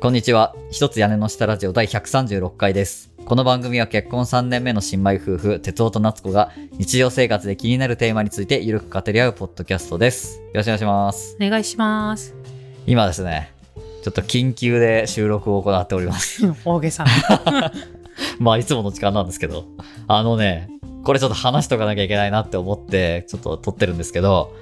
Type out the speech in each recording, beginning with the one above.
こんにちは。一つ屋根の下ラジオ第136回です。この番組は結婚3年目の新米夫婦、哲夫と夏子が日常生活で気になるテーマについてゆるく語り合うポッドキャストです。よろしくお願いします。お願い します。今ですね、ちょっと緊急で収録を行っております。 大げさまあ、いつもの時間なんですけど。あのね、これちょっと話しとかなきゃいけないなって思って、ちょっと撮ってるんですけど、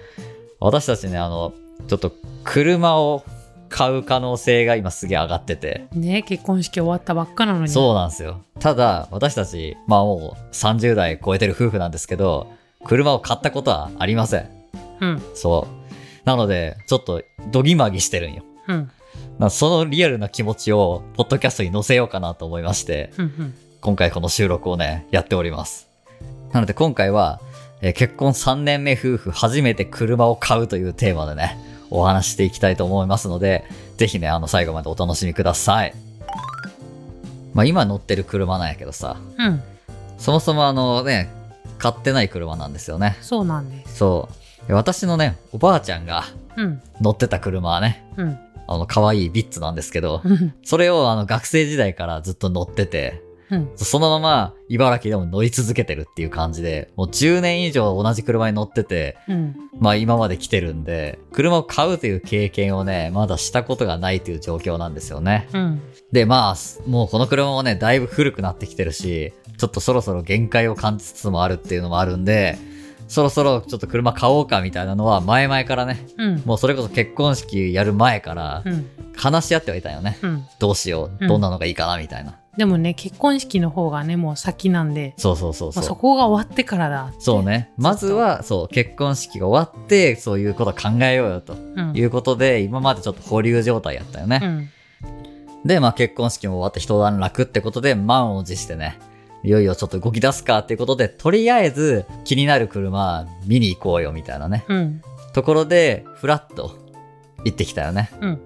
私たちね、あの、ちょっと車を買う可能性が今すげえ上がってて。な。ね結婚式終わったばっかなのに。そうなんですよ。ただ、私たち、まあもう30代超えてる夫婦なんですけど、車を買ったことはありません。うん。そう。なので、ちょっと、どぎまぎしてるんよ。うん。なそのリアルな気持ちを、ポッドキャストに載せようかなと思いまして、うん。うん。今回この収録をね、やっております。なので今回は、えー結婚3年目夫婦初めて車を買うというテーマでね、お話ししていきたいと思いますので、ぜひね、あの最後までお楽しみください。まあ今乗ってる車なんやけどさ、うん。そもそもあのね、買ってない車なんですよね。そうなんです。そう。私のね、おばあちゃんがうん。乗ってた車はね、うん。あの可愛いビッツなんですけど、うん。それをあの学生時代からずっと乗ってて、うん。そのまま茨城でも乗り続けてるっていう感じで、もう10年以上同じ車に乗ってて、うん。まあ今まで来てるんで、車を買うという経験をね、まだしたことがないという状況なんですよね。うん。で、まあ、もうこの車もね、だいぶ古くなってきてるし、ちょっとそろそろ限界を感じつつもあるっていうのもあるんで、そろそろちょっと車買おうかみたいなのは前々からね、うん。もうそれこそ結婚式やる前からうん。話し合ってはいたんよね。うん。どうしようう、んどんなのがいいかなみたいな。でもね、結婚式の方がね、もう先なんで、そうそうそうまそ。あ、そうこが終わってからだ。そう。ね。まずは、そう、結婚式が終わって、そういうこと考えようよとうん。いうことで、今までちょっと保留状態やったよね。うん。で、まあ結婚式も終わって一段落ってことで満を持してね、いよいよちょっと動き出すかっていうことで、とりあえず気になる車見に行こうよみたいなね。うん。ところで、フラッと行ってきたよね。うん。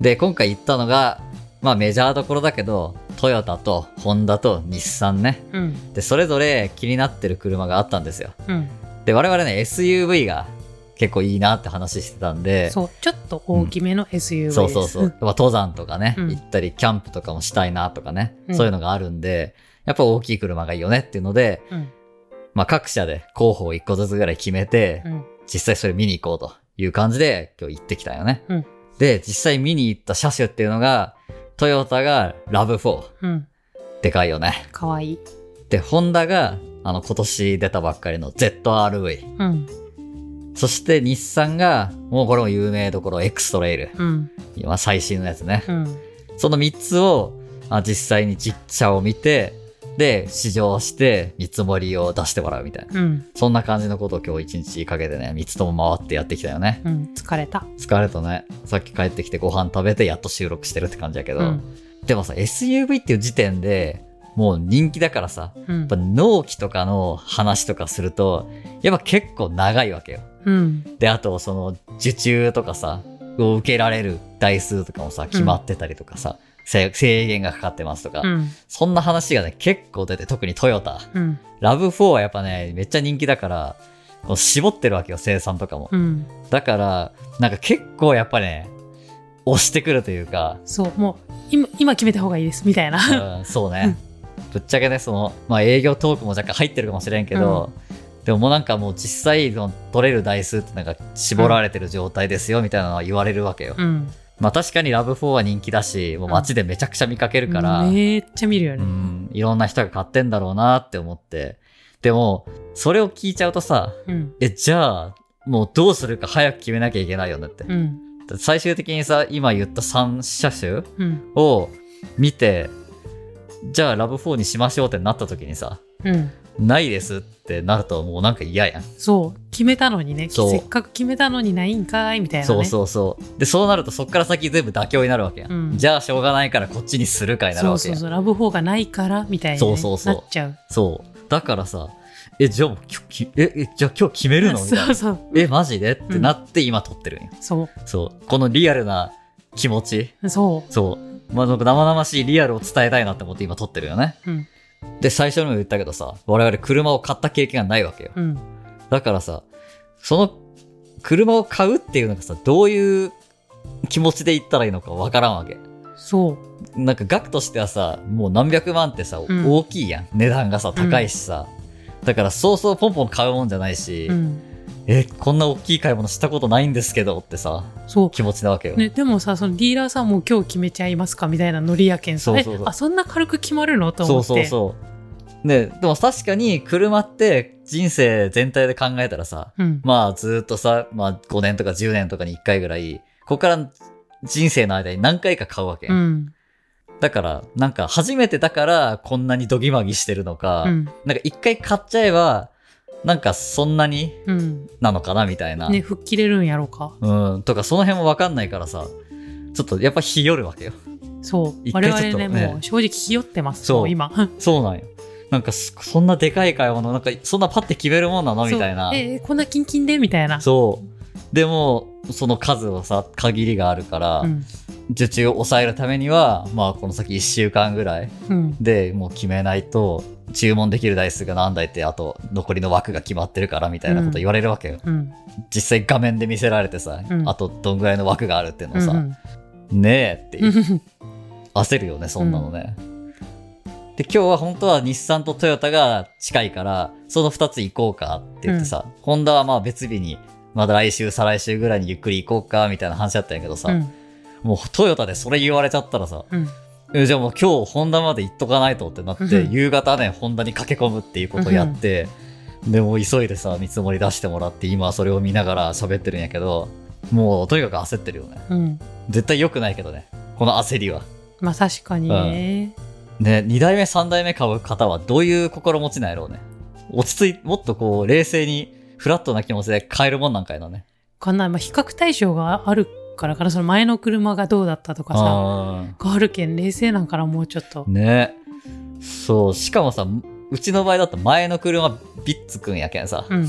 で、今回行ったのが、まあメジャーどころだけど、トヨタとホンダと日産ね。うん。で、それぞれ気になってる車があったんですよ。うん。で、我々ね、SUV が結構いいなって話してたんで、そう。ちょっと大きめの SUV です。そうそうそう。やっ。ぱ登山とかね、うん行ったり、キャンプとかもしたいなとかね、うんそういうのがあるんで、やっぱ大きい車がいいよねっていうので、うん。まあ各社で候補を1個ずつぐらい決めて、うん。実際それ見に行こうという感じで今日行ってきたよね。うんで、実際見に行った車種っていうのが、トヨタがラブ4。うん。でかいよね。かわいい。で、ホンダが、あの、今年出たばっかりの ZRV。うん。そして日産が、もうこれも有名どころ、エクストレイル。うん。今最新のやつね。うん。その3つをあ実際に実車を見て、で、試乗して見積もりを出してもらうみたいな。うん。そんな感じのことを今日一日かけてね、3つとも回ってやってきたよね。うん。疲れた。疲れたね。さっき帰ってきてご飯食べてやっと収録してるって感じやけど。うん。でもさ、SUV っていう時点でもう人気だからさ、やうんっぱ。納期とかの話とかすると、やっぱ結構長いわけよ。うん。で、あと、その、受注とかさ、を受けられる台数とかもさ、決まってたりとかさ、せ制限がかかってますとか、うん。そんな話がね、結構出て、特にトヨタ。うん。ラブ4はやっぱね、めっちゃ人気だから、こう絞ってるわけよ、生産とかも。うん。、だから、なんか結構やっぱね、押してくるというか そう、もう、今、今決めた方がいいです、みたいな。うん、そうね。ぶっちゃけね、その、まあ営業トークも若干入ってるかもしれんけど、でももうなんかもう実際の取れる台数ってなんか絞られてる状態ですよみたいなのは言われるわけよ。うん。まあ確かにラブ4は人気だし、もう街でめちゃくちゃ見かけるから、めっちゃ見るようね。ん、いろんな人が買ってんだろうなって思って。でも、それを聞いちゃうとさ、うん。え、じゃあ、もうどうするか早く決めなきゃいけないよねって。うん。だって最終的にさ、今言った3車種うん。を見て、じゃあラブ4にしましょうってなった時にさ、うん。ないですってなるともうなんか嫌やん。そう、決めたのにね、そうせっかく決めたのにないんかい、みたいな、ね。そうそうそう。で、そうなるとそっから先全部妥協になるわけやん。うんじゃあしょうがないからこっちにするかいなるそわうけそや。うんそう、ラブホーがないから、みたいな、ね。そうそうそうなっちゃう。そう。だからさ、え、じゃあもうきょきえ、え、じゃあ今日決めるのみたいなそ。うそう。え、マジでってなって今撮ってるんよ。そそう。このリアルな気持ち。う。そそう。まあ、なんか生々しいリアルを伝えたいなって思って今撮ってるよね。う。うん。で、最初にも言ったけどさ、我々車を買った経験がないわけよ。うん。だからさ、その車を買うっていうのがさ、どういう気持ちで行ったらいいのかわからんわけ。そなんか額としてはさもう何百万ってさ、ん大きいやん値段がさ高いしさ、だからそうそうポンポン買うもんじゃないし、う、うん、えこんな大きい買い物したことないんですけどってさそう気持ちなわけよ、ね、でもさそのディーラーさんもう今日決めちゃいますかみたいなノリやけんさそうそうそうえあそんな軽く決まるのとそ思うってそうそうねでも確かに車って人生全体で考えたらさう、んまあずーっとさ、まあ、5年とか10年とかに1回ぐらいここから人生の間に何回か買うわけ、うんだからなんか初めてだからこんなにドギマギしてるのか、うんなんか一回買っちゃえば、なんかそんなにうんなのかなみたいな。ね吹っ切れるんやろうかうん。とかその辺もわかんないからさ、ちょっとやっぱ日和るわけよ。そう一我回々ちょっねとねもう正直ひよってますそうもう今そうなんよ。なんかそそんなでかい買い物、なんかそんなパッて決めるもんなのみたいなそう。えーこんなキンキンでみたいなそう。でも、その数はさ、限りがあるから、うん受注を抑えるためには、まあこの先1週間ぐらいうんでもう決めないと、注文できる台数が何台って、あと残りの枠が決まってるからみたいなこと言われるわけよ。うん実際画面で見せられてさ、うんあとどんぐらいの枠があるっていうのうをさ、んねえってう言うん焦るよねそんなのね、で今日は本当は日産とトヨタが近いからその2つ行こうかって言ってさ、ホンダはまあ別日にまだ来週再来週ぐらいにゆっくり行こうかみたいな話だったんやけどさ、うんもうトヨタでそれ言われちゃったらさうんえじゃあもう今日ホンダまで行っとかないとってなって、うん夕方ねホンダに駆け込むっていうことをやって、でもう急いでさ見積もり出してもらって今それを見ながら喋ってるんやけどもうとにかく焦ってるよねうん絶対良くないけどねこの焦りはまあ確かにねね2代目3代目買う方はどういう心持ちなんやろうね落ち着いもっとこう冷静にフラットな気持ちで買えるもんなんかやなねわかんないまあ比較対象があるからからその前の車がどうだったとかさあーがあるけん冷静なんからもうちょっとねそうしかもさうちの場合だと前の車ビッツくんやけんさ、うん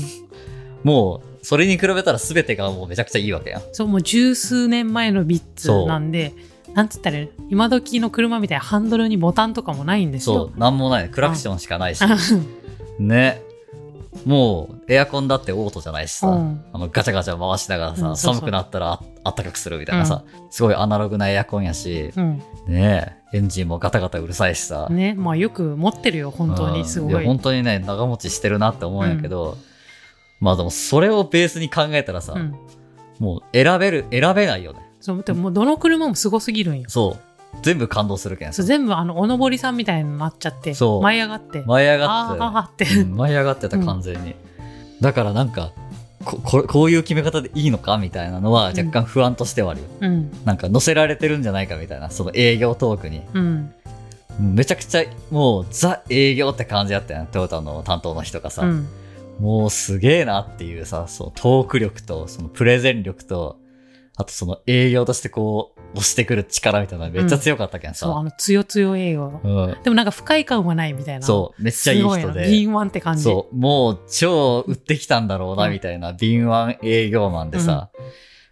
もう、それに比べたら全てがもうめちゃくちゃいいわけやん。そうもう十数年前のビッツなんでなんつったら今時の車みたいなハンドルにボタンとかもないんですそよ。う、なんもない。クラクションしかないし。 うね。もう、エアコンだってオートじゃないしさ、うんあのガチャガチャ回しながらさ、うんそうそう寒くなったらああったかくするみたいなさ、すごいアナログなエアコンやし、ん、ねエンジンもガタガタうるさいしさ。ねまあよく持ってるよ本当うんにすいごや、い。本当にね、長持ちしてるなって思うんやけど、まあでも、それをベースに考えたらさ、うん、もう選べる、選べないよね。そうでももうどの車もすごすぎるんよ。そう。全部感動するけんさそう全部あのおのぼりさんみたいになっちゃってそう舞い上がって舞い上がって。あーってうん舞い上がってた完全に、だからなんかこここういう決め方でいいのかみたいなのは若干不安としてはあるよ、うんなんか載せられてるんじゃないかみたいなその営業トークにうんうんめちゃくちゃもうザ営業って感じだったよねトヨタの担当の人がさ、うんもうすげえなっていうさそのトーク力とそのプレゼン力とあとその営業としてこう押してくる力みたいなのめっちゃ強かったけんそうあさ、の強強英語うんでもなんか不快感はないみたいなそうめっちゃいいすご人ので敏腕って感じそう、もう超売ってきたんだろうな、うんみたいな、敏腕営業マンでさ、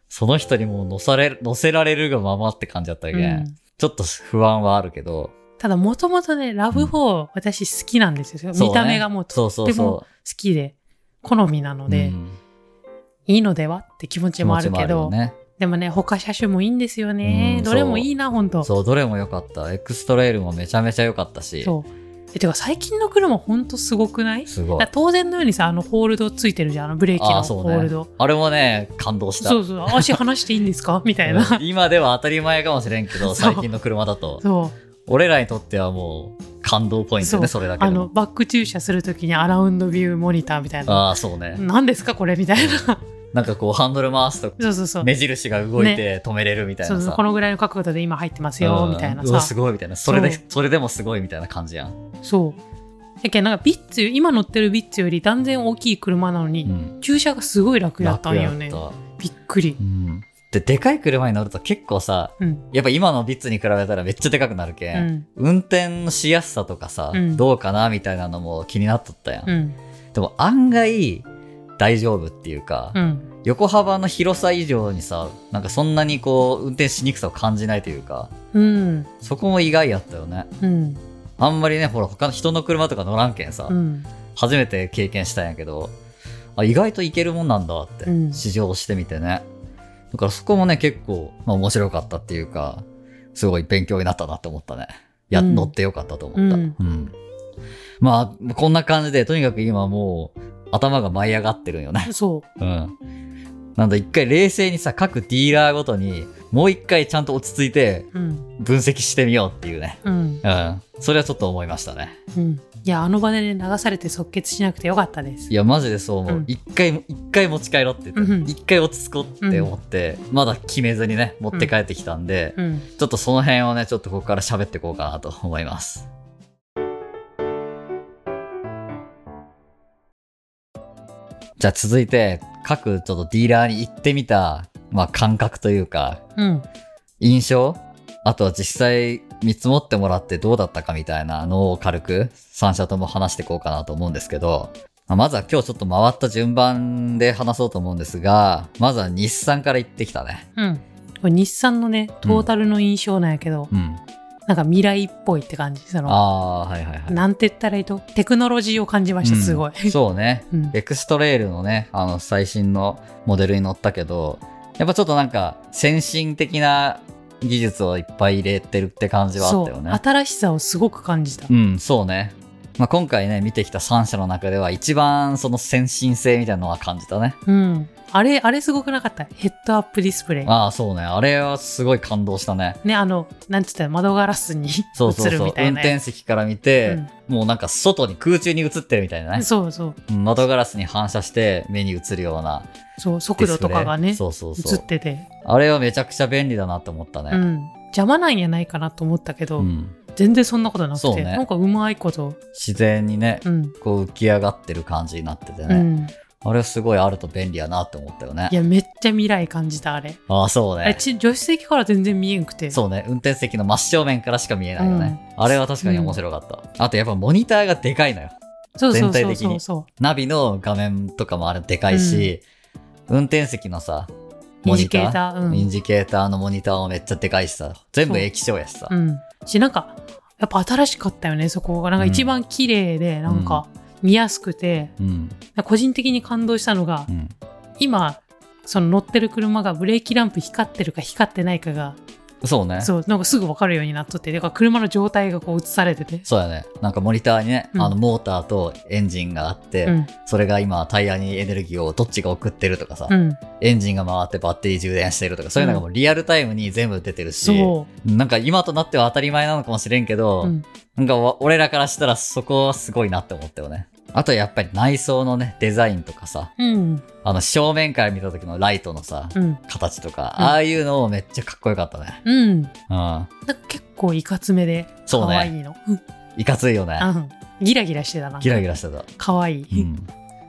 その人にもう乗され、乗せられるがままって感じだったけ、、うんんちょっと不安はあるけど、ただもともとねラブ4、私好きなんですよ、そうね見た目がもうとそうっそうても好そきで好みなのう。で、うんいいのではって気持ちもあるけどよね、でもね他車種もいいんですよね、うんどれもいいなほんとそうそう、どれも良かった。エクストレイルもめちゃめちゃ良かったし、えてか最近の車ほんとすごくないすごいだから。当然のようにさあのホールドついてるじゃんあのブレーキあのあ、そホうーねルド。あれもね、感動した。そう,、うんそう足離していいんで すかみたいな、今では当たり前かもしれんけど、そう最近の車だと、そう俺らにとってはもう感動ポイントよね、そそれだけあでのも。バック駐車するときにアラウンドビューモニターみたいなああ、そうね。何ですかこれみたいな なんかこう、ハンドル回すとそうそうそう目印が動いて止めれるみたいそなうさ、そうこのぐらいの角度で今入ってますうよんみたいなうわさすごいみたいなそれでそそれでもすごいみたいな感じやん、そうやけんなんかビッツ今乗ってるビッツより断然大きい車なのに、うん、駐車がすごい楽やったんよね楽やったびっくりうんででかい車に乗ると結構さうんやっぱ今のビッツに比べたらめっちゃでかくなるけ、うんん運転のしやすさとかさ、うんどうかなみたいなのも気になっとったやん、うんでも案外大丈夫っていうか、うん横幅の広さ以上にさなんかそんなにこう運転しにくさを感じないというかうんそこも意外やったよねうんあんまりねほら他の人の車とか乗らんけんさ、うん初めて経験したんやけどあ意外といけるもんなんだってうん試乗してみてね、だからそこもね結構、まあ、面白かったっていうかすごい勉強になったなって思ったね。いや、うん乗ってよかったと思った。ううんん。まあ、こんな感じで、とにかく今もう、頭が舞い上がってるんよね。そうん。なんだ、一回冷静にさ、各ディーラーごとに、もう一回ちゃんと落ち着いて、う。うん。分析してみようっていうね。うん。うん。それはちょっと思いましたね。うん。いや、あの場でね、流されて即決しなくてよかったですい。や、マジでそう思う。うん一、回、一回持ち帰ろうって言うんうっんて、一、回落ち着こうって思って、まだ決めずにね、持って帰ってきたんで、うん。ちょっとその辺をね、ちょっとここから喋っていこうかなと思います。じゃあ続いて、各ちょっとディーラーに行ってみた、まあ感覚というか、うん。印象あとは実際見積もってもらってどうだったかみたいなのを軽く3社とも話していこうかなと思うんですけど、まあまずは今日ちょっと回った順番で話そうと思うんですが、まずは日産から行ってきたね。うん。これ日産のね、トータルの印象なんやけど、うん。なんか未来っぽいって感じ。その、ああー、はいはいはい。なんて言ったらいいと、テクノロジーを感じました、すごい。うんそうね。うん。エクストレイルのね、あの最新のモデルに乗ったけど、やっぱちょっとなんか先進的な技術をいっぱい入れてるって感じはあそったよう。ね。新しさをすごく感じた。うん、そうね。まあ、今回ね、見てきた3社の中では、一番その先進性みたいなのは感じたね。うん。あれ、あれすごくなかった。ヘッドアップディスプレイ。ああ、そうね。あれはすごい感動したね。ね、あの、なんつったら窓ガラスに映そうそうるそうみ。た運いなや転席から見て、もうなんか外に空中に映ってるみたいなつ。ね。そうそう。うん窓ガラスに反射して目に映るようなそう、速ディス度プレイとかがね、そうそうそう映っ。てて。あれはめちゃくちゃ便利だなと思ったうね。ん。邪魔なんやないかなと思ったけど、うん全然そんなことなくそうて、ねなんかうまいこと。自然にねう、ん。こう浮き上がってる感じになっててうね。ん。あれはすごいあると便利やなって思ったよねい。や、めっちゃ未来感じた、あれ。ああ、そうね。あれ、ち助手席から全然見えんくて。そうね、運転席の真正面からしか見えないよね。あれは確かに面白かった。あとやっぱモニターがでかいのよ。そうそうそ全う体的そにうそナビの画面とかもあれでかいし、運転席のさ、う。イモンジニケター。ーター。うんインジケーターのモニターもめっちゃでかいしさ、全部液晶やしさ。うん、しなんかやっぱ新しかったよねそこがなんかうん一番綺麗で、なんか見やすくてうん。個人的に感動したのが、うん。今その乗ってる車がブレーキランプ光ってるか光ってないかがそうね。そうそうなんかすぐ分かるようになっとってだから車の状態がこう映されてて、やね。なんかモニターにね、うんあのモーターとエンジンがあって、うんそれが今タイヤにエネルギーをどっちが送ってるとかさ、うん、エンジンが回ってバッテリー充電してるとか、そういうのがもうリアルタイムに全部出てるし、そなんか今となっては当たり前なのかもしれんけう、ど、うん、なんかわ俺らからしたらそこはすごいなって思ったよね。あとやっぱり内装のね、デザインとかさ、うん、あの正面から見た時のライトのさ、うん、形とか、うんああいうのもめっちゃかっこよかったね。うん、なんうん。か結構いかつめでそう可ね愛いの、うんいかついよね。あうん、ギラギラしてたなギラギラしてた。可愛いうん。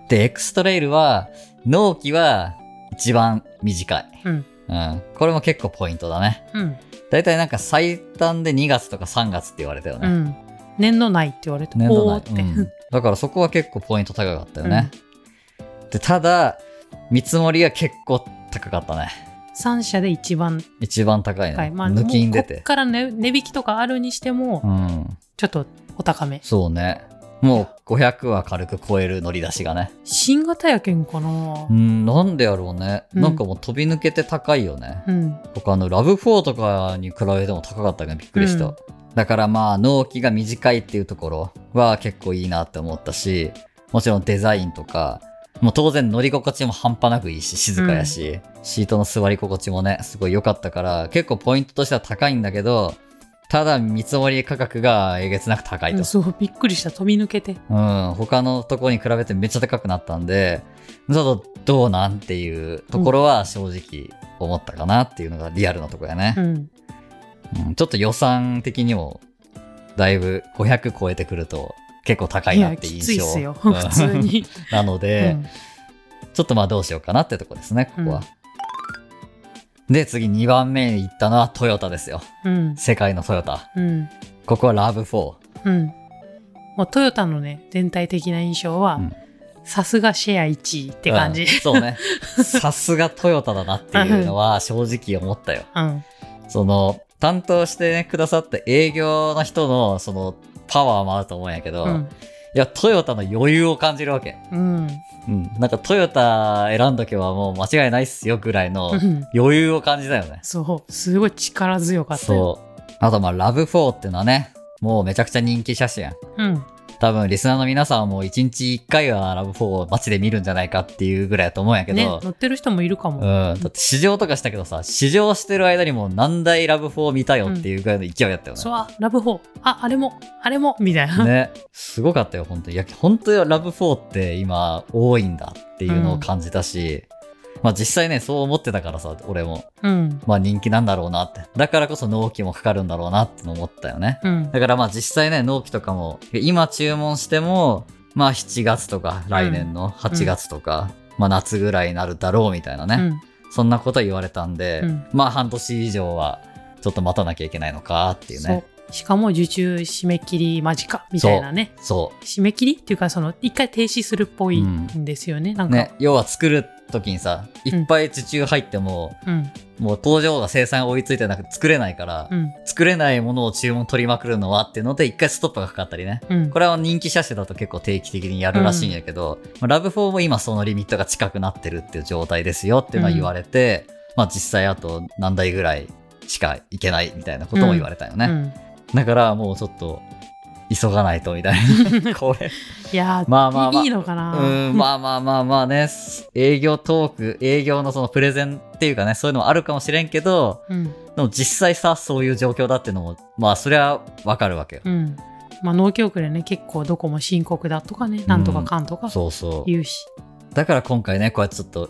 で、エクストレイルは、納期は一番短い。うん、うん。これも結構ポイントだね。うん、だいたいなんか最短で2月とか3月って言われたようね。ん、年度内って言われて年度おー内って、うんだからそこは結構ポイント高かったよね、でただ見積もりが結構高かったね3社で一番一番高いね、高い、まあ、抜きに出もうこってからね値引きとかあるにしてうもんちょっとお高めそうねもう500は軽く超える乗り出しがね新型やけんかなうんなんでやろうね、うんなんかもう飛び抜けて高いよねうん僕あのラブ4とかに比べても高かったからびっくりした、うんだからまあ納期が短いっていうところは結構いいなって思ったしもちろんデザインとかもう当然乗り心地も半端なくいいし静かやし、シートの座り心地もねすごい良かったから結構ポイントとしては高いんだけどただ見積もり価格がえげつなく高いと、うんそうびっくりした飛び抜けてうん、他のとこに比べてめっちゃ高くなったんで、ちょっとどうなんっていうところは正直思ったかなっていうのがリアルなとこやねう。んうんちょっと予算的にも、だいぶ500超えてくると結構高いいなやってき印ついっ象。すよ うん普通。 に、なのうで、ん、ちょっとまあどうしようかなってとこですね、ここは。で、次2番目に行ったのはトヨタですよ。うん世界のトヨタ。うんここはラブ4。うんもうトヨタのね全体的な印象はうんさすがシェア1位って感じうんそう ね。さすがトヨタだなっていうのは 正直思ったよ。うんその、担当して、ね、くださった営業の人の、その、パワーもあると思うんやけど、ういんや、トヨタの余裕を感じるわけ。うんうん。なんかトヨタ選んどけばもう 間違いないっすよぐらいのうん余裕を感じたよね。そうすごい力強かったよそあとまあ、ラブ4っていうのはね、もうめちゃくちゃ人気写真。うん。多分、リスナーの皆さんはもう1日1回はラブ4を街で見るんじゃないかっていうぐらいだと思うんやけね、ど、乗ってる人もいるかうも。ん、だって試乗とかしたけどさ、試乗してる間にもう何台ラブ4見たよっていうぐらいの勢いだったよね。そうあラブホーああれもあれもみたいな、ね、すごかったよ、本当に。いや、本当にラブ4って今多いんだっていうのを感じたし、まあ実際ね、そう思ってたからさ、俺も。うんまあ人気なんだろうなって。だからこそ納期もかかるんだろうなっての思ったよね。うんだからまあ実際ね、納期とかも、今注文しても、まあ7月とか、来年の8月とか、まあ夏ぐらいになるだろうみたいなうね。んそんなこと言われたんで、うんまあ半年以上はちょっと待たなきゃいけないのかっていうね。そうしかも受注締め切り間近みたいなねそう。締め切りっていうかその一回停止するっぽいんですよね、なんか、ね、要は作る時にさいっぱい受注入っても、うんもう工場が生産追いついてなくて作れないから、うん作れないものを注文取りまくるのはっていうので一回ストップがかかったりねうんこれは人気車種だと結構定期的にやるらしいんやけど、まあラブ4も今そのリミットが近くなってるっていう状態ですよっていうのは言われて、まあ実際あと何台ぐらいしかいけないみたいなことも言われたよね、うんだからもうちょっと急がないとみたいなこれいやーまあまあまあいいのかなうーん、まあまあまあまあね、営業トーク、営業のそのプレゼンっていうかね、そういうのもあるかもしれんけど、うんでも実際さ、そういう状況だっていうのも、まあそれはわかるわけよ。うんまあ納期遅れね結構どこも深刻だとかねなんとかかんとかそうそ言うしう。だから今回ね、こうやってちょっと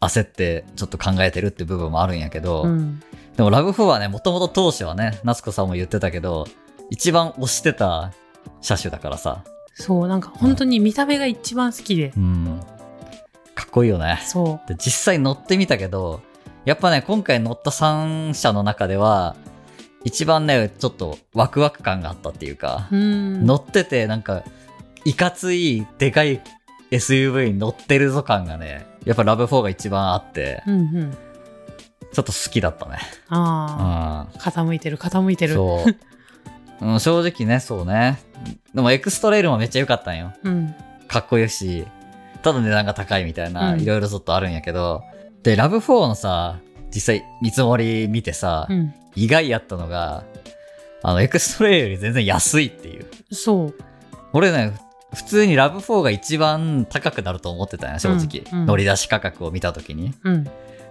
焦って、ちょっと考えてるって部分もあるんやけど、うんでもラブ4はね、もともと当初はね、夏子さんも言ってたけど、一番推してた車種だからさ、そうなんか本当に見た目が一番好きで、うん、かっこいいよね。そで実際乗ってみたけどやっぱね今回乗った3車の中では一番ねちょっとワクワク感があったっていうかう、うん乗っててなんかいかついでかい SUV に乗ってるぞ感がねやっぱラブ4が一番あってうんうんちょっと好きだったねああ、う傾いてる傾いてんるそううん正直ねそうねでもエクストレイルもめっちゃ良かったんようんかっこよし、ただ値段が高いみたいな、うんいろいろちょっとあるんやけど、で、ラブ4のさ、実際見積もり見てさ、うん意外やったのが、あの、エクストレイより全然安いっていう。そう俺ね、普通にラブ4が一番高くなると思ってたんや、正直。うんうん乗り出し価格を見た時に。うん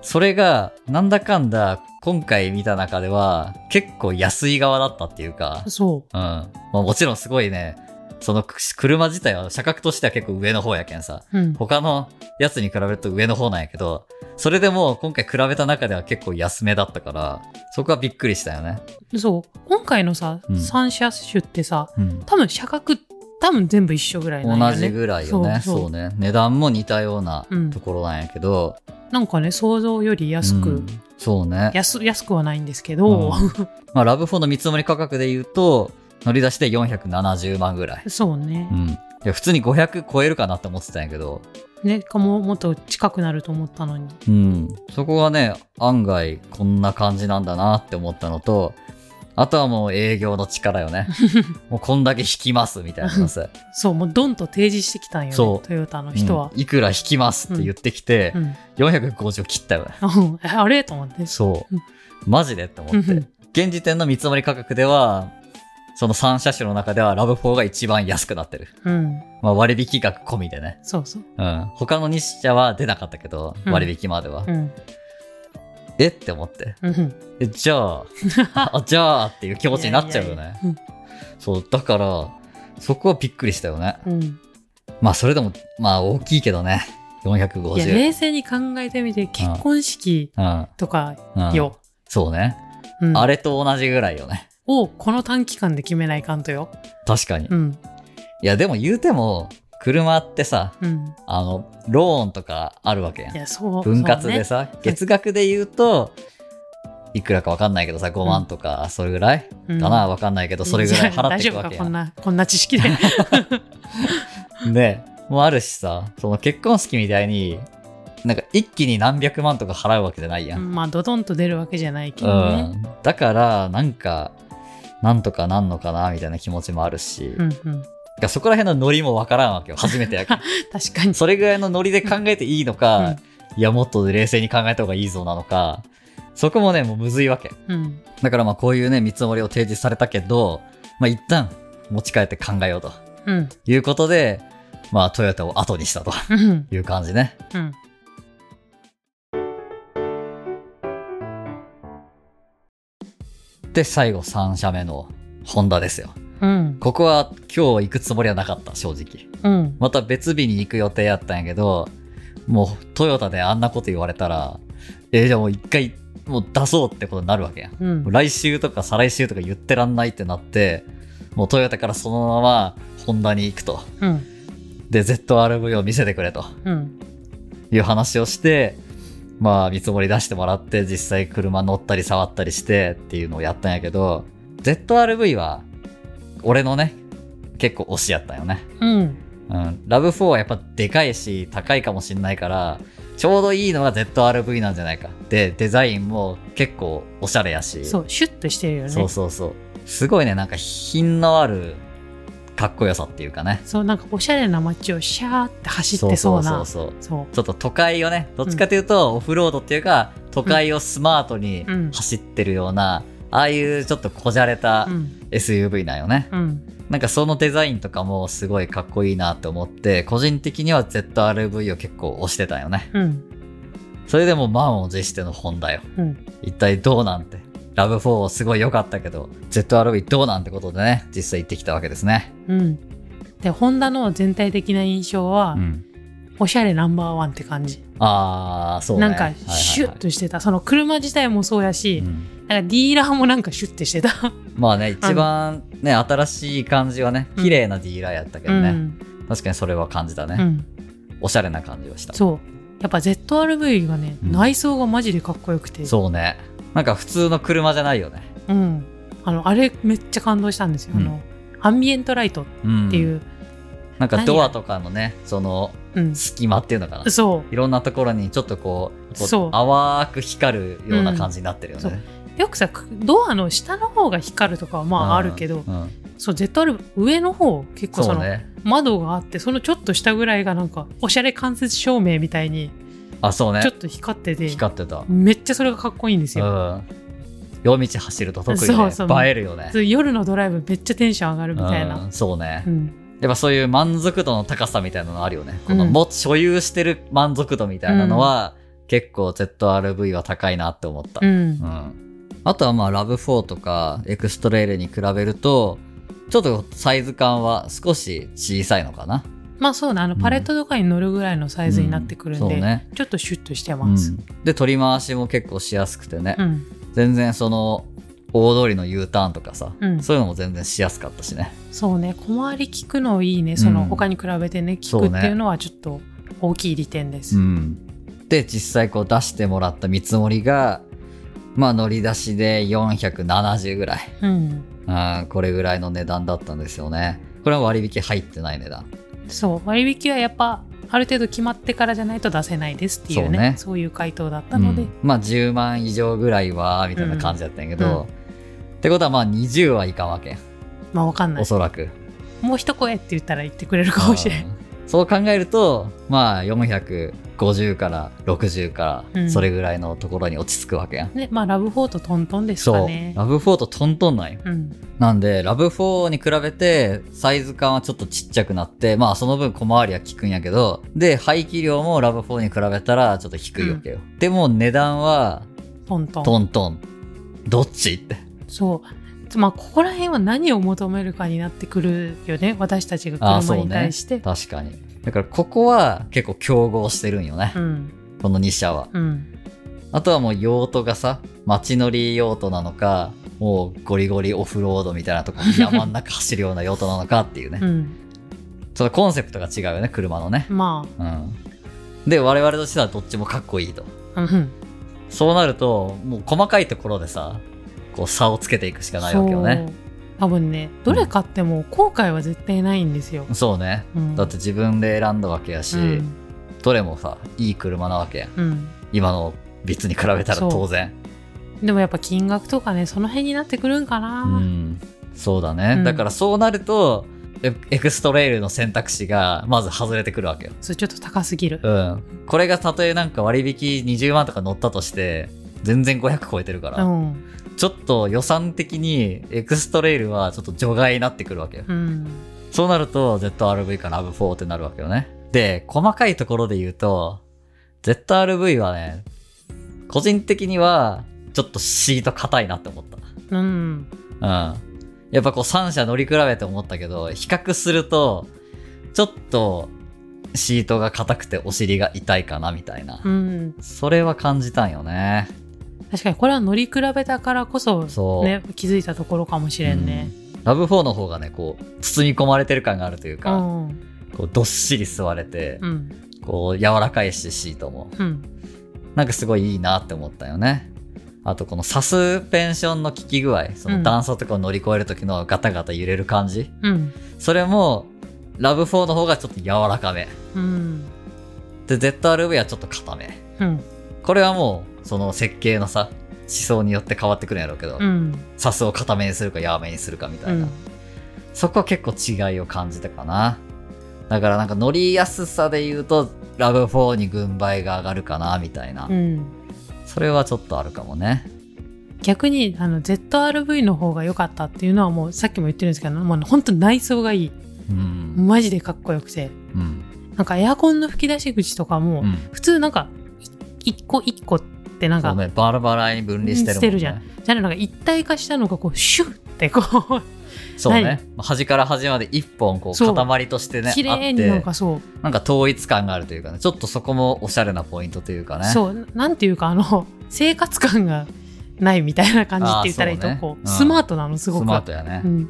それが、なんだかんだ、今回見た中では、結構安い側だったっていうか、そうん。まあもちろんすごいね、その車自体は車格としては結構上の方やけんさ。ううん他のやつに比べると上の方なんやけど、それでも今回比べた中では結構安めだったから、そこはびっくりしたよね。そう今回のさ、うん三車種ってさ多分車格多分全部一緒ぐらいなんよ同ねじぐらいよね。そそううそうね。値段も似たようなうんところなんやけど。なんかね想像より安く、うんそうね。安安くはないんですけど、まあ、ラブ4の見積もり価格で言うと、乗り出しで470万ぐらい。 そうねう、ん。いや、普通に500超えるかなって思ってたんやけど、ねかももっと近くなると思ったのにうん、そこがね案外こんな感じなんだなって思ったのとあとはもう営業の力よ ねもうこんだけ引きますみたいなのさ、そうもうドンと提示してきたんよ、ね、そうトヨタのうん 人は、いくら引きますって言ってきて、うん 450切ったよねうんあれと思ってそううんマジでって思ってうん現時点の見積もり価格ではその3車種の中ではラブ4が一番安くなってる、うんまあ、割引額込みでね、そうそううん、他の2社は出なかったけどうん割引までは、うんえって思ってうんえじゃ ああじゃあっていう気持ちになっちゃうよねいやいやいや そうだからそこはびっくりしたよねうんうんまあそれでもまあ大きいけどねいや450冷静に考えてみて結婚式うんとかうんよ、そうね、うんあれと同じぐらいよねをこの短期間で決めないかんとよ確かに、ういんやでも言うても車ってさうんあのローンとかあるわけやんいやそう分割でそさ、月額で言うといくらかわかんないけどさ5万とかそれぐらいうね、かなわかんないけどそれぐらい払っていくうんわ大丈夫けかやこんんなこんな知 識でねもあるしさその結婚式みたいになんか一気に何百万とか払うわけじゃないやんまあドドンと出るわけじゃないけうどねん、だからなんかなんとかなんのかなみたいな気持ちもあるし、うんうんがそこら辺のノリもわからんわけよ初めてや から確かにそれぐらいのノリで考えていいのか、いやもっと冷静に考えた方がいいぞなのかそこもね、もうむずいわけ。うん。だからまあこういうね、見積もりを提示されたけど、まあ一旦持ち帰って考えようとうん。いうことで、まあトヨタを後にしたとうん。いう感じね。うん。で、最後3社目のホンダですよ。うん。ここは今日行くつもりはなかった、正直。うん。また別日に行く予定やったんやけど、もうトヨタであんなこと言われたら、えーじゃあもう一回もう出そうってことになるわけやん。うん。来週とか再来週とか言ってらんないってなって、もうトヨタからそのままホンダに行くと。うん。で、ZRV を見せてくれとうん。いう話をして、まあ見積もり出してもらって、実際車乗ったり触ったりしてっていうのをやったんやけど、ZRV は俺のね、結構推しやったんよね。うん。うん、ラブ4はやっぱでかいし高いかもしんないからちょうどいいのが ZRV なんじゃないかでデザインも結構おしゃれやしそう、シュッとしてるよね。そうそうそうすごいねなんか品のあるかっこよさっていうかねそうなんかおしゃれな街をシャーって走ってそうそなうそうそうそうちょっと都会をねどっちかというとオフロードっていうか、都会をスマートにうん走ってるような、ああいうちょっとこじゃれたうん SUV なんよね、うんなんかそのデザインとかもすごいかっこいいなって思って個人的には ZRV を結構推してたよねうんそれでも満を持しての本だようん一体どうなんてラブ4すごい良かったけど ZRV どうなんてことでね実際行ってきたわけですねうんでホンダの全体的な印象は、うんおしゃれナンバーワンって感じ、ああそうねなんかシュッとしてた、その車自体もそうやてし、なんかディーラーもなんかシュッてしてた、まあね一番ね新しい感じはねうん綺麗なディーラーやったけうどね、ん確かにそれは感じたね、うんおしゃれな感じはしたそうやっぱ ZRV がね、うん内装がマジでかっこよくてそうねなんか普通の車じゃないよね、うん、あのあれめっちゃ感動したんですよ、あうのアンビエントライトっうん、ていう、なんかドアとかのねそのうん隙間っていうのかなそいろんなところにちょっとこうこうそう淡く光るような感じになってるよね、うんそううよくさドアの下の方が光るとかはまああるけど、うんそう ZR 上の方結構そそうのね窓があってそのちょっと下ぐらいがなんかおしゃれ間接照明みたいにあそうねちょっと光ってて、光ってた、うん、めっちゃそれがかっこいいんですよ、夜道走ると特に、ね、そうそう映えるよねそう夜のドライブめっちゃテンション上がるみたいな、うん、そうね、うんやっぱそういう満足度の高さみたいなのあるよねこのうんも所有してる満足度みたいなのは、結構 ZRV は高いなって思ったうんうんあとはまあラブ4とかエクストレイルに比べるとちょっとサイズ感は少し小さいのかなまあそうだあのパレットとかに乗るぐらいのサイズになってくるんで、うんそうねちょっとシュッとしてます、うんで取り回しも結構しやすくてね、うん全然その大通りの U ターンとかさ、うんそういうのも全然しやすかったしねそうね小回り聞くのいいねそうのん他に比べてね聞そうくねっていうのはちょっと大きい利点です、うんで実際こう出してもらった見積もりがまあ乗り出しで470ぐらいうんうんこれぐらいの値段だったんですよねこれは割引入ってない値段そう割引はやっぱある程度決まってからじゃないと出せないですっていうねそそううねいう回答だったので、うんまあ10万以上ぐらいはみたいな感じだったんやけど、うんってことはまあ20はいかんわけまあわかんないおそらくもう一声って言ったら言ってくれるかもしれん。うんそう考えるとまあ450から60かうらんそれぐらいのところに落ち着くわけやん、ね、まあラブフォーとトントンですかそう、ね。ラブ4とトントンなんようん、なんでラブ4に比べてサイズ感はちょっとちっちゃくなってまあその分小回りは効くんやけどで排気量もラブ4に比べたらちょっと低いわけよ、でも値段はトントン。トントンどっちってそう。まあここら辺は何を求めるかになってくるよね。私たちがあーそう車ねに対して。確かにだからここは結構競合してるんよね、うんこの2社はうんあとはもう用途がさ街乗り用途なのかもうゴリゴリオフロードみたいなとこ山ん中走るような用途なのかっていうね、うん。ちょっとコンセプトが違うよね車のねまうんで我々としてはどっちもかっこいいとあ、うん、そうなるともう細かいところでさこう差をつけていくしかないわけよねそう。多分ね、どれ買っても後悔は絶対ないんですよ。そうねうん、だって自分で選んだわけやし、うん、どれもさいい車なわけやんうん。今のビッツに比べたらそう当然でもやっぱ金額とかね、その辺になってくるんかな。うん、そうだね、うんだからそうなるとエエクストレイルの選択肢がまず外れてくるわけよ、それちょっと高すぎる。うん、これがたとえなんか割引20万とか乗ったとして全然500超えてるから、うんちょっと予算的にエクストレイルはちょっと除外になってくるわけよ、うんそうなると ZRV か RAV4 ってなるわけよねで細かいところで言うと ZRV はね個人的にはちょっとシート硬いなって思ったうんうん。やっぱこう3社乗り比べて思ったけど、比較すると、ちょっとシートが硬くてお尻が痛いかなみたいな。うんそれは感じたんよね。確かにこれは乗り比べたからこそそうね気づいたところかもしれんね、ラブ4の方がね、こう、包み込まれてる感があるといううか、んこう、どっしり座れてう、んこう、柔らかいし、シートも。うんなんかすごいいいなって思ったよね。あと、このサスペンションの効き具合、そうのん段差とかを乗り越える時のガタガタ揺れる感じ。うんそれも、ラブ4の方がちょっと柔らかめ。うんで ZRV はちょっと固めうんこれはもうその設計のさ思想によって変わってくるんやろうけど、うんサスを固めにするかやめにするかみたいな、そこは結構違いを感じたかなだからなんか乗りやすさで言うとラブ4に軍配が上がるかなみたいな、うんそれはちょっとあるかもね逆にあの ZRV の方が良かったっていうのはもうさっきも言ってるんですけどもう本当内装がいいうんマジでかっこよくてうんなんかエアコンの吹き出し口とかも、うん普通なんかい一個一個ってなんそか、うねバラバラに分離してるもん、ね、してるじゃんじゃあなんか一体化したのがこうシュッってこうそうね端から端まで一本こそうう塊としてね綺あっ麗になんてかそう、なんか統一感があるというかねちょっとそこもおしゃれなポイントというかねそうなんていうかあの生活感がないみたいな感じって言ったらいいとあーそうねこううんスマートなのすごくスマートやね、うん、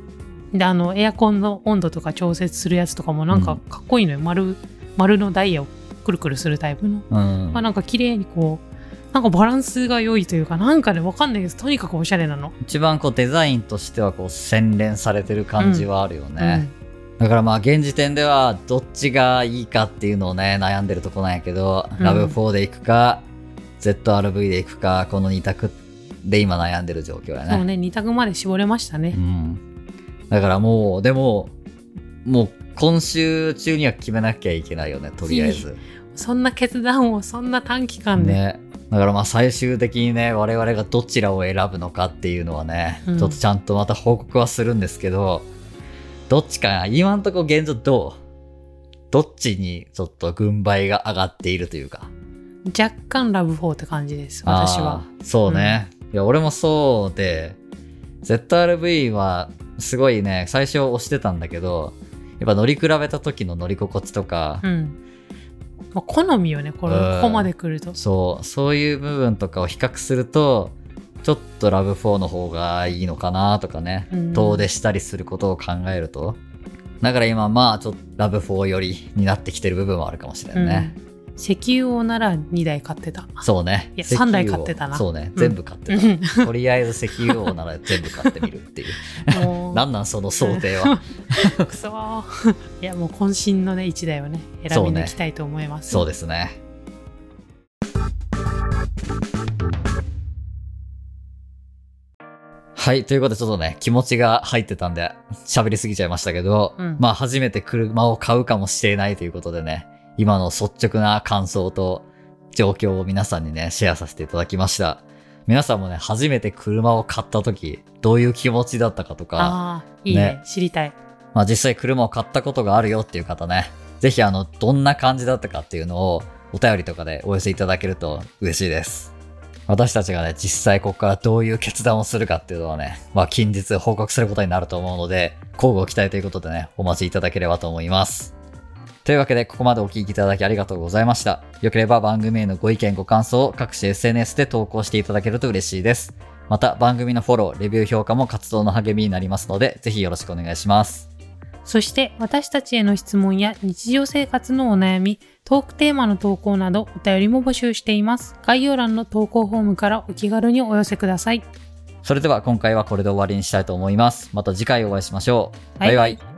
であのエアコンの温度とか調節するやつとかもなんかかっこいいのよ、丸丸のダイヤをくるくるするタイプの、うんまあ、なんか綺麗にこうなんかバランスが良いというかなんかねわかんないけどとにかくおしゃれなの、一番こうデザインとしてはこう洗練されてる感じはあるよね、だからまあ現時点ではどっちがいいかっていうのをね悩んでるとこなんやけど、うんラブ4でいくか ZRV でいくかこの2択で今悩んでる状況やうん、そうねね2択まで絞れましたね、うん、だからもうでももう今週中には決めなきゃいけないよねとりあえずそんな決断をそんな短期間で、ね、だからまあ最終的にね我々がどちらを選ぶのかっていうのはね、うんちょっとちゃんとまた報告はするんですけどどっちかな今んとこ現状どうどっちにちょっと軍配が上がっているというか若干ラブ4って感じです私はあーそうね、いや俺もそうで ZRV はすごいね最初押してたんだけどやっぱ乗り比べた時の乗り心地とか、うん、まあ、好みよねこれ、うんここまで来るとそうそういう部分とかを比較するとちょっとラブ4の方がいいのかなとかね、うん遠出したりすることを考えるとだから今まあちょっとラブ4寄りになってきてる部分はあるかもしれんね、うん、石油王なら2台買ってたそうねいや石油王三台買ってたなそうねうん全部買ってた、とりあえず石油王なら全部買ってみるっていう もうなんなんその想定はくそーいやもう渾身のね1台をね選び抜きたいと思いますそうですねはいということでちょっとね気持ちが入ってたんで喋りすぎちゃいましたけど、うんまあ初めて車を買うかもしれないということでね今の率直な感想と状況を皆さんにねシェアさせていただきました皆さんもね初めて車を買った時どういう気持ちだったかとかああいいねね知りたいまあ、実際車を買ったことがあるよっていう方ね、ぜひあの、どんな感じだったかっていうのをお便りとかでお寄せいただけると嬉しいです。私たちがね、実際ここからどういう決断をするかっていうのはね、まあ近日報告することになると思うので、交互期待ということでね、お待ちいただければと思います。というわけで、ここまでお聞きいただきありがとうございました。よければ番組へのご意見、ご感想を各種 SNS で投稿していただけると嬉しいです。また、番組のフォロー、レビュー評価も活動の励みになりますので、ぜひよろしくお願いします。そして私たちへの質問や日常生活のお悩みトークテーマの投稿などお便りも募集しています概要欄の投稿フォームからお気軽にお寄せくださいそれでは今回はこれで終わりにしたいと思います。また次回お会いしましょう。バイバイ。